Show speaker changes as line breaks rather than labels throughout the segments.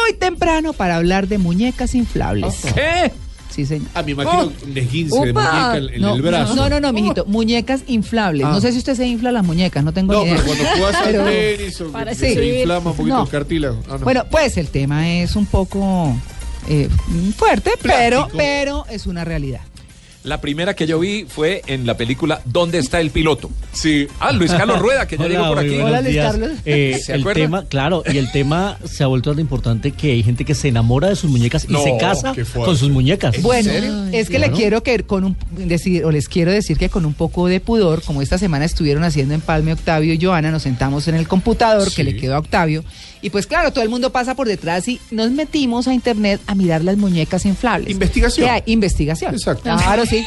muy temprano para hablar de muñecas inflables.
¿Qué?
Sí, señor.
Ah, me imagino de 15 de
Upa.
muñeca en en
Oh. No,
el brazo. Ah.
no, no, no, mijito, muñecas inflables. No sé si usted se infla las muñecas, no tengo
No,
ni idea.
pero cuando juegas al
Pero-
tenis o
Para
se
sí.
inflama un poquito
No.
el cartílago. Ah, no.
Bueno, pues el tema es un poco eh, fuerte, pero,
Plástico.
pero es una realidad.
La primera que yo vi fue en la película ¿Dónde está el piloto?
Sí.
Ah, Luis Carlos Rueda, que ya llegó por
muy
aquí.
buenos
Hola, Luis
días.
Carlos.
Eh,
¿Se
el
acuerda?
tema, claro, y el tema se ha vuelto tan importante que hay gente que se enamora de sus muñecas y
No,
se casa
qué fuerte.
con sus muñecas.
Bueno,
serio?
es que le quiero que con un decir o les quiero decir que con un poco de pudor, como esta semana estuvieron haciendo en Palme Octavio y Joana, nos sentamos en el computador que
Sí.
le quedó a Octavio y pues claro, todo el mundo pasa por detrás y nos metimos a internet a mirar las muñecas inflables.
Investigación.
¿Qué hay? Investigación.
Exacto.
Claro, sí.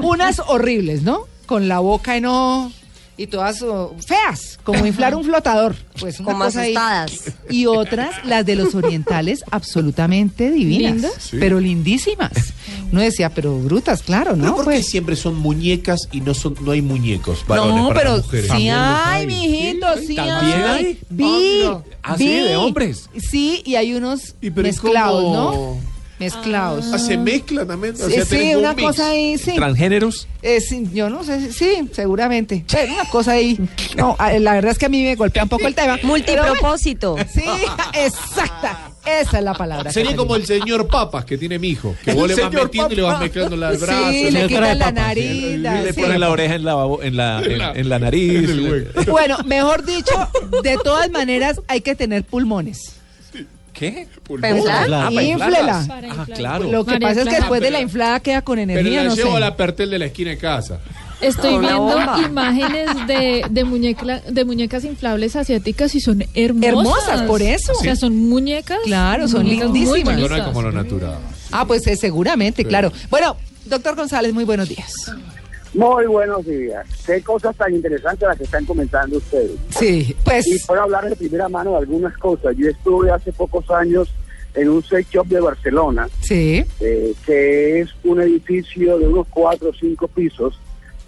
Unas horribles, ¿no? Con la boca en O y todas oh, feas, como inflar un flotador, pues una
como
cosa ahí
asustadas.
y otras, las de los orientales, absolutamente divinas,
¿Lindas?
Sí.
pero lindísimas. No decía, pero brutas, claro, ¿no?
¿Pero por qué
Pues,
siempre son muñecas y no son no hay muñecos varones
no,
para
pero
las mujeres?
sí hay, mijito, sí
¿También
hay.
hay?
Vi,
Ah,
vi.
sí, de hombres.
Sí, y hay unos
Y pero ¿y
mezclados, ¿no?
cómo?
Mezclados.
Ah, se mezclan también. O
Sí,
sea,
sí,
tenés
una
un mix.
cosa ahí, sí.
Transgéneros.
Eh, sí, yo no sé, sí, seguramente. Pero una cosa ahí. No, a- la verdad es que a mí me golpea un poco el tema.
Multipropósito.
Sí, exacta. Esa es la palabra.
Sería
Catalina.
como el señor Papas que tiene mi hijo. Que
El
vos le vas
señor
metiendo y le vas
Papas.
mezclando las
Sí,
brazos.
le
señor
quitan la
Crepapas.
nariz.
Le
sí.
ponen la oreja en la, babo- en la, en, en la nariz.
En el hueco.
Bueno, mejor dicho, de todas maneras hay que tener pulmones.
¿Qué?
¿Pensar?
Ah,
para inflarlas.
Inflela.
Ah, claro.
Lo que
María
pasa es que
Clara.
después de la
Pero-
inflada queda con
Pero
energía,
la
no sé.
llevo a la pertel de la esquina de casa.
Estoy
Una
viendo
bomba.
imágenes de, de, muñeca- de muñecas inflables asiáticas y son hermosas.
Hermosas, por eso.
O sea, son muñecas.
Claro, son
muñecas muy
lindísimas.
Yo no
bonitas.
es como lo natural.
Ah, pues eh, seguramente,
Sí.
claro. Bueno, doctor González, muy buenos días.
Muy buenos días. Qué cosas tan interesantes las que están comentando ustedes.
Sí,
Y
pues
puedo hablar de primera mano de algunas cosas. Yo estuve hace pocos años en un sex shop de Barcelona,
sí,
eh, que es un edificio de unos cuatro o cinco pisos,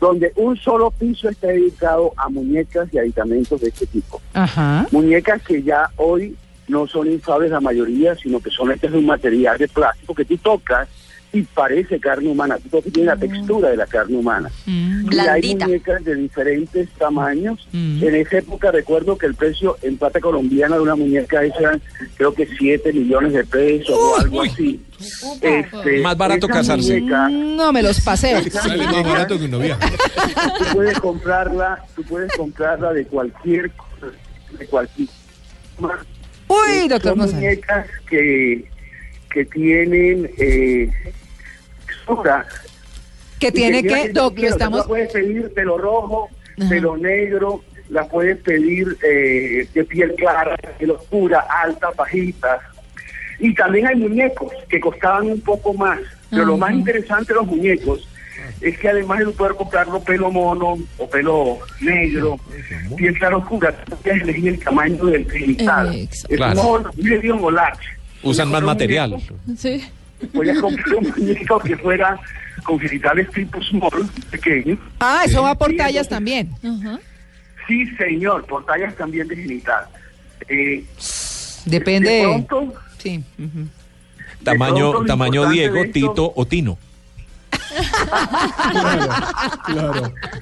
donde un solo piso está dedicado a muñecas y aditamentos de este tipo.
ajá,
Muñecas que ya hoy no son inflables la mayoría, sino que son hechas de un material de plástico que tú tocas y parece carne humana. Tú tocas y tiene la textura de la carne humana.
Mm,
Y hay
Blandita.
muñecas de diferentes tamaños.
Mm.
En esa época recuerdo que el precio en plata colombiana de una muñeca esa eran creo que 7 millones de pesos o algo así. Este,
Más barato
esa
casarse.
muñeca,
no me los paseo.
Sale más barato que un noviaje.
tú puedes comprarla, tú puedes comprarla de cualquier de cualquier
Uy, doctor
son
González.
muñecas que que tienen eh, textura
Que tiene
Mira,
que,
yo
doc, lo
quiero,
estamos,
La puedes pedir pelo rojo,
Ajá.
pelo negro, la puedes pedir eh, de piel clara, de piel oscura, alta, bajita. Y también hay muñecos que costaban un poco más. Pero lo más interesante de los muñecos es que además de poder comprarlo pelo mono o pelo negro, piel clara oscura, tú puedes elegir el tamaño del cristal.
Exacto.
Es
Claro.
como Mire, un Olax.
Usan más
Son
material.
muñecos
Sí.
Voy a comprar un muñeco que fuera con genitales tipo small, pequeño.
ah, eso va por
Sí,
tallas
entonces-
también.
Ajá.
Sí, señor, por tallas también de genital. Eh, de
Depende.
pronto,
Sí. ujú.
de pronto
Tamaño,
lo
tamaño
importante de
Diego,
esto-
Tito o Tino.
Claro,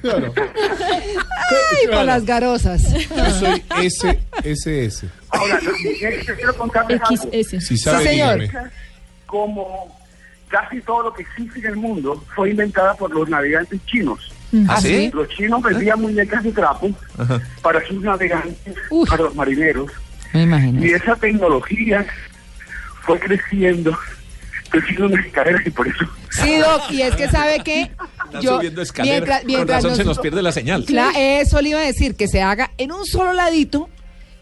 claro.
Ay, por las garosas.
Yo soy ese, ese, ese.
Ahora, los muñecos, yo quiero contarles algo.
XS.
Si sabe,
señor.
dígame.
Como casi todo lo que existe en el mundo fue inventada por los navegantes chinos.
¿Ah, sí?
Los chinos vendían muñecas de trapo para sus navegantes,
Uf.
para los marineros.
Me imagino.
Y esa tecnología fue creciendo, creciendo en las escaleras y por eso
Sí, Doc, y es que sabe que
Está subiendo escalera.
mientras,
Con
mientras
razón se
nos-
nos pierde la señal.
Cla- eso le iba a decir, que se haga en un solo ladito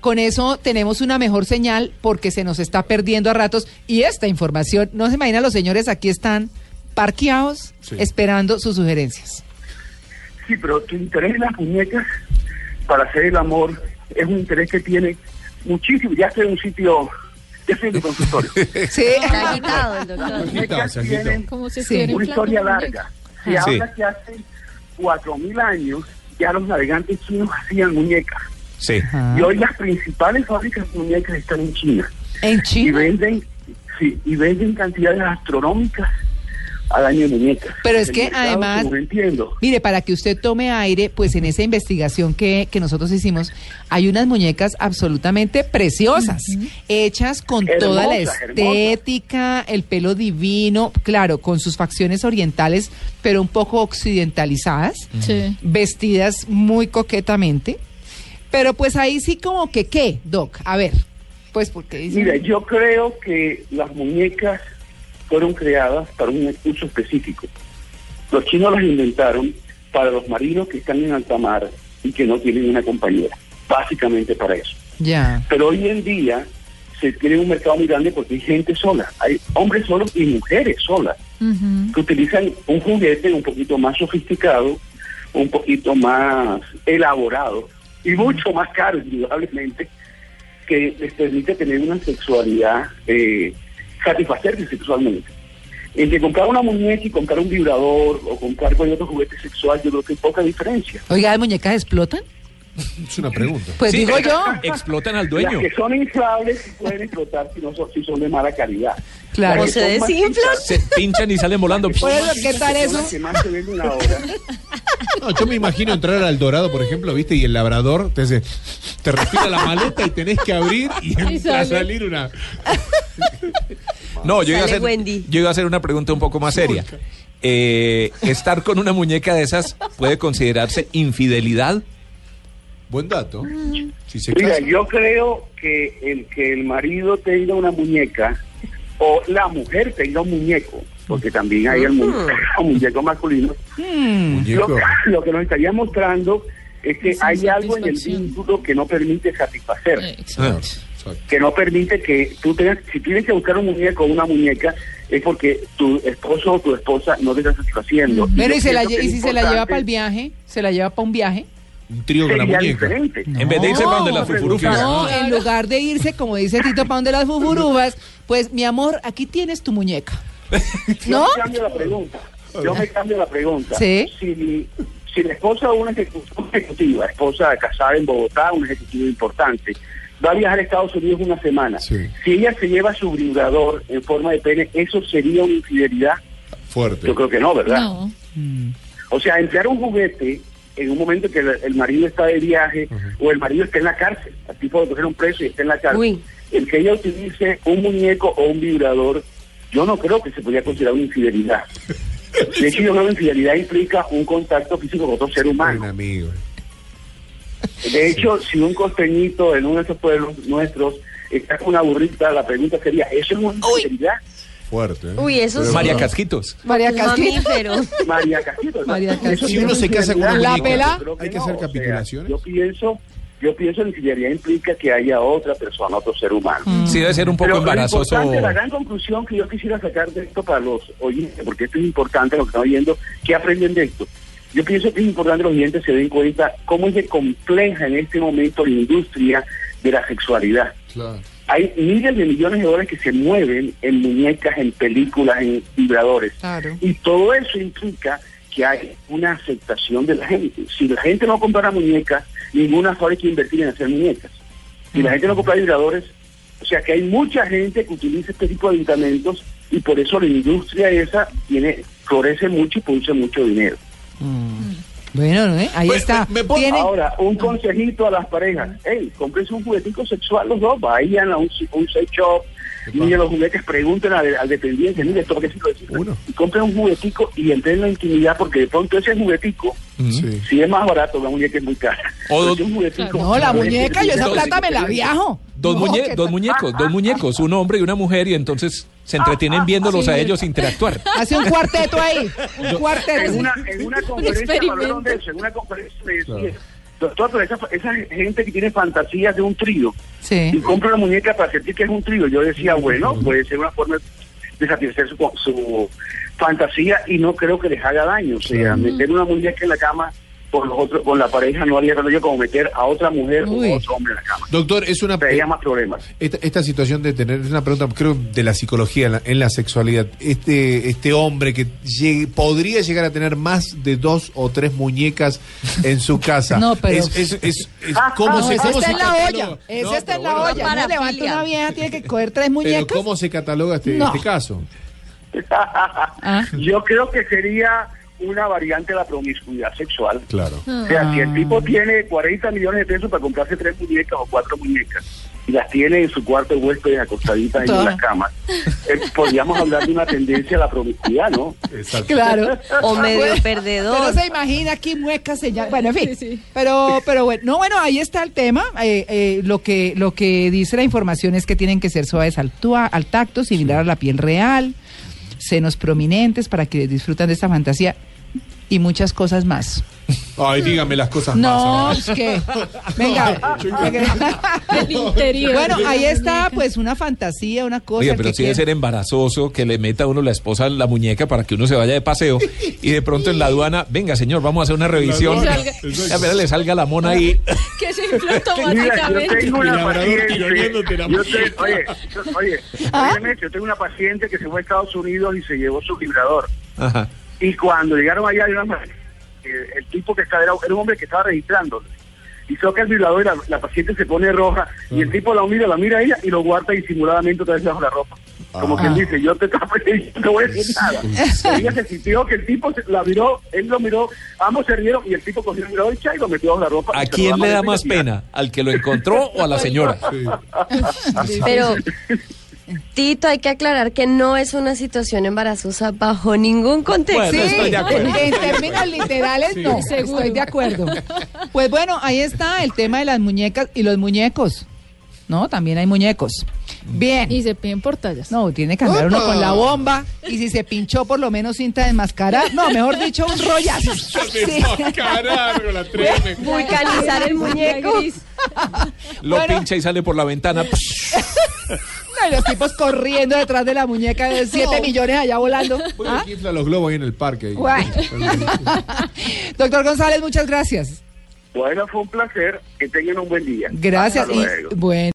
Con eso tenemos una mejor señal porque se nos está perdiendo a ratos y esta información, no se imaginan los señores aquí están parqueados
Sí.
esperando sus sugerencias.
Sí, pero tu interés en las muñecas para hacer el amor es un interés que tiene muchísimo. Ya estoy en un sitio, ya estoy en un consultorio.
Sí.
Está agitado el doctor.
Las
Quita,
muñecas
Sanguito.
tienen
Como si
Sí.
estuviera
una
inflando
historia
una
larga.
muñeca.
Se
Sí.
habla que hace 4.000 años ya los navegantes chinos hacían muñecas.
Sí.
Ajá.
Y hoy las principales fábricas de muñecas están en China.
En
Y
China.
venden, sí, y venden cantidades astronómicas al año de muñecas.
Pero es
El
que
mercado,
además-
como entiendo.
Mire, para que usted tome aire, pues en esa investigación que, que nosotros hicimos, hay unas muñecas absolutamente preciosas, hechas con toda la
Hermosas,
estética, el pelo divino, claro, con sus facciones orientales, pero un poco occidentalizadas,
Sí.
vestidas muy coquetamente. Pero pues ahí sí como que, ¿qué, Doc? A ver, pues porque... dicen-
Mira, yo creo que las muñecas fueron creadas para un uso específico. Los chinos las inventaron para los marinos que están en alta mar y que no tienen una compañera, básicamente para eso.
Ya.
Pero hoy en día se tiene un mercado muy grande porque hay gente sola, hay hombres solos y mujeres solas
Ujú.
que utilizan un juguete un poquito más sofisticado, un poquito más elaborado y mucho más caro, indudablemente, que les permite tener una sexualidad, eh, satisfacerse sexualmente. Entre comprar una muñeca y comprar un vibrador o comprar cualquier otro juguete sexual, yo creo que hay poca diferencia.
Oiga, ¿las muñecas explotan?
Es una pregunta.
Pues
Sí,
digo yo.
Explotan al dueño.
Las que son inflables pueden explotar si, no son, si son de mala calidad.
Claro.
¿O
Las que
se
son macitas,
desinflan?
Se pinchan y salen volando.
son
Bueno,
macitas,
¿qué tal
que son
eso?
las que más se venden ahora.
No, yo me imagino entrar al Dorado, por ejemplo, ¿viste? Y el labrador te hace, te respira la maleta y tenés que abrir y empieza a
sale.
salir una.
No, yo iba, a
Sale
hacer,
Wendy.
yo iba a hacer una pregunta un poco más seria. Eh, ¿Estar con una muñeca de esas puede considerarse infidelidad?
Buen dato. Si se
Mira,
casa.
yo creo que el que el marido tenga una muñeca o la mujer tenga un muñeco, porque también hay el mu- muñeco masculino, lo,
Muñeco.
lo que nos estaría mostrando es que
Sin
hay algo en el
satisfacción.
vínculo que no permite satisfacer,
Eh,
Claro,
Exacto.
exacto.
que no permite que tú tengas, si tienes que buscar un muñeco o una muñeca, es porque tu esposo o tu esposa no te está satisfaciendo.
Bueno,
yo
¿y, se la,
pienso
lle-
que
y
es
si se la lleva para el
importante,
viaje? ¿Se la lleva para un viaje?
Un trío con la
sería
muñeca.
diferente.
En vez de irse para donde la fufurufa.
No, en lugar de irse, como dice Tito, para donde las fufurubas, pues, mi amor, aquí tienes tu muñeca. ¿No?
Yo me cambio la pregunta. Yo me cambio la pregunta.
Sí.
Si, si la esposa de una ejecu- una ejecutiva, esposa casada en Bogotá, un ejecutivo importante, va a viajar a Estados Unidos una semana,
Sí.
si ella se lleva su vibrador en forma de pene, ¿eso sería una infidelidad?
Fuerte.
Yo creo que no, ¿verdad?
No.
O sea, emplear un juguete en un momento que el, el marido está de viaje o el marido está en la cárcel, al tipo de coger un preso y está en la cárcel,
Uy.
el que ella utilice un muñeco o un vibrador, yo no creo que se podría considerar una infidelidad. De hecho, yo creo que infidelidad implica un contacto físico con otro ser
Un
humano.
amigo.
De hecho, si un costeñito en uno de esos pueblos nuestros está con una burrita, la pregunta sería, ¿eso es una infidelidad?
Fuerte. ¿eh?
Uy, eso sí.
María Casquitos.
María
Los
Casquita.
mamíferos.
María Castillo.
María
Eso
Castillo.
sí
Si uno
es
se casa con
infidelidad.
una La muñeca, pela.
Yo creo
hay que hacer
o sea,
capitulaciones.
yo pienso, yo pienso en infidelidad implica que haya otra persona, otro ser humano.
Mm.
Sí, debe ser un poco
Pero lo
embarazoso.
importante, la gran conclusión que yo quisiera sacar de esto para los oyentes, porque esto es importante lo que están oyendo, que aprenden de esto. Yo pienso que es importante que los oyentes se den cuenta cómo es de compleja en este momento la industria de la sexualidad.
Claro.
Hay miles de millones de dólares que se mueven en muñecas, en películas, en vibradores.
Claro.
Y todo eso implica que hay una aceptación de la gente. Si la gente no compra muñecas, ninguna fábrica invertir en hacer muñecas. Si la gente no compra vibradores, o sea que hay mucha gente que utiliza este tipo de aditamentos y por eso la industria esa tiene florece mucho y produce mucho dinero.
Bueno, ¿no, eh? ahí
Pues,
está.
me- me pon-
Tienen-
Ahora, un consejito a las parejas. Hey, comprense un juguetico sexual los dos. Vayan a un, si- un sex shop, miren los juguetes, pregunten al, al dependiente, mire, esto que sí lo decimos.
Uno.
Y compren un juguetico y entren la intimidad porque de pronto ese juguetico,
Sí.
si es más barato, la muñeca es muy cara.
O
Pero
dos-
si es un juguetico-
No, la muñeca, yo esa
Dos-
plata me la viajo.
Dos,
No,
muñe-
¿qué
dos
tal?
muñecos, dos muñecos, un hombre y una mujer, y entonces se
Ah,
entretienen viéndolos a ellos interactuar.
Hace un cuarteto ahí. Un
En
cuarteto.
una, en una conferencia me hablaron
experimento.
de eso, en una conferencia me decía, Doctor, pero esa, esa gente que tiene fantasías de un trío y
Sí.
compra la muñeca para sentir que es un trío, yo decía, bueno, puede ser una forma de satisfacer su, su fantasía y no creo que les haga daño. O sea, meter una muñeca en la cama con, los otros- con la pareja no haría daño como meter a otra mujer
Uy.
o a otro hombre en la cama.
Doctor, es una...
Traería más problemas.
Esta, esta situación de tener, es una pregunta creo de la psicología en la, en la sexualidad. Este, este hombre que llegue- podría llegar a tener más de dos o tres muñecas en su casa.
No, pero-
Es, es- es- es- ¿cómo
No,
se,
ese
cómo
está
se
en ah, la
cataloga?
olla.
No,
Ese
pero
está en la
bueno,
olla. No levanta una vieja, tiene que coger tres
Pero
muñecas.
¿cómo se cataloga este,
No.
este caso?
Ah.
Yo creo que sería una variante de la promiscuidad sexual.
Claro.
O sea, si el tipo tiene 40 millones de pesos para comprarse tres muñecas o cuatro muñecas y las tiene en su cuarto de huésped acostaditas ahí en
Todas.
la cama, eh, podríamos hablar de una tendencia a la promiscuidad, ¿no?
Claro.
O medio
Bueno,
perdedor.
Pero se imagina aquí muecas se llama- Bueno, en fin.
Sí, sí.
Pero, pero bueno, no, bueno, ahí está el tema. Eh, eh, lo que lo que dice la información es que tienen que ser suaves al, tua- al tacto, similar a la piel real, senos prominentes para que disfrutan de esta fantasía y muchas cosas más.
Ay, dígame las cosas
No,
más.
es que. Venga.
El interior.
bueno, ahí está, pues una fantasía, una cosa.
Oye,
el
pero
que
sí debe
quiera.
ser embarazoso que le meta a uno la esposa en la muñeca para que uno se vaya de paseo y de pronto en la aduana, venga señor, vamos a hacer una revisión.
Y salga-
A ver, le salga la mona ahí.
Que se infla
Mira, yo
automáticamente.
tengo una
Labrador
paciente.
tironeándote la
yo te-
muñeca.
oye, yo- oye, óyeme, yo tengo una paciente que se fue a Estados Unidos y se llevó su vibrador.
Ajá.
Y cuando llegaron allá, había una- eh, el tipo que estaba, era era un hombre que estaba registrando. Y toca el vibrador y la, la paciente se pone roja. Y
Ah.
el tipo la mira, la mira a ella y lo guarda disimuladamente otra vez bajo la ropa. Como
Ah.
quien dice, yo te tapo y no voy a decir nada. Ella se sintió que el tipo se- la miró, él lo miró, ambos se rieron y el tipo cogió el vibrador y cha, y lo metió bajo la ropa.
¿A
Y se lo
quién le da
mandando
más
y ya.
pena? ¿Al que lo encontró o a la señora?
Pero, Tito, hay que aclarar que no es una situación embarazosa bajo ningún contexto.
Bueno, estoy de acuerdo.
en- en términos literales, no.
Seguro.
Estoy de acuerdo. Pues bueno, ahí está el tema de las muñecas y los muñecos. No, también hay muñecos.
Y
Bien.
se piden por tallas.
No, tiene que andar uno con la bomba y si se pinchó por lo menos cinta de mascara. No, mejor dicho, un rollazo. Sí.
Carajo, la treme.
Vulcanizar el muñeco.
Lo
Bueno.
pincha y sale por la ventana.
Ah. No, y los tipos corriendo detrás de la muñeca de 7 millones allá volando.
Voy
¿Ah?
a infla los globos ahí en el parque. ahí.
Guay. Doctor González, muchas gracias.
Bueno, fue un placer. Que tengan un buen día.
Gracias.
Hasta
y
luego.
bueno.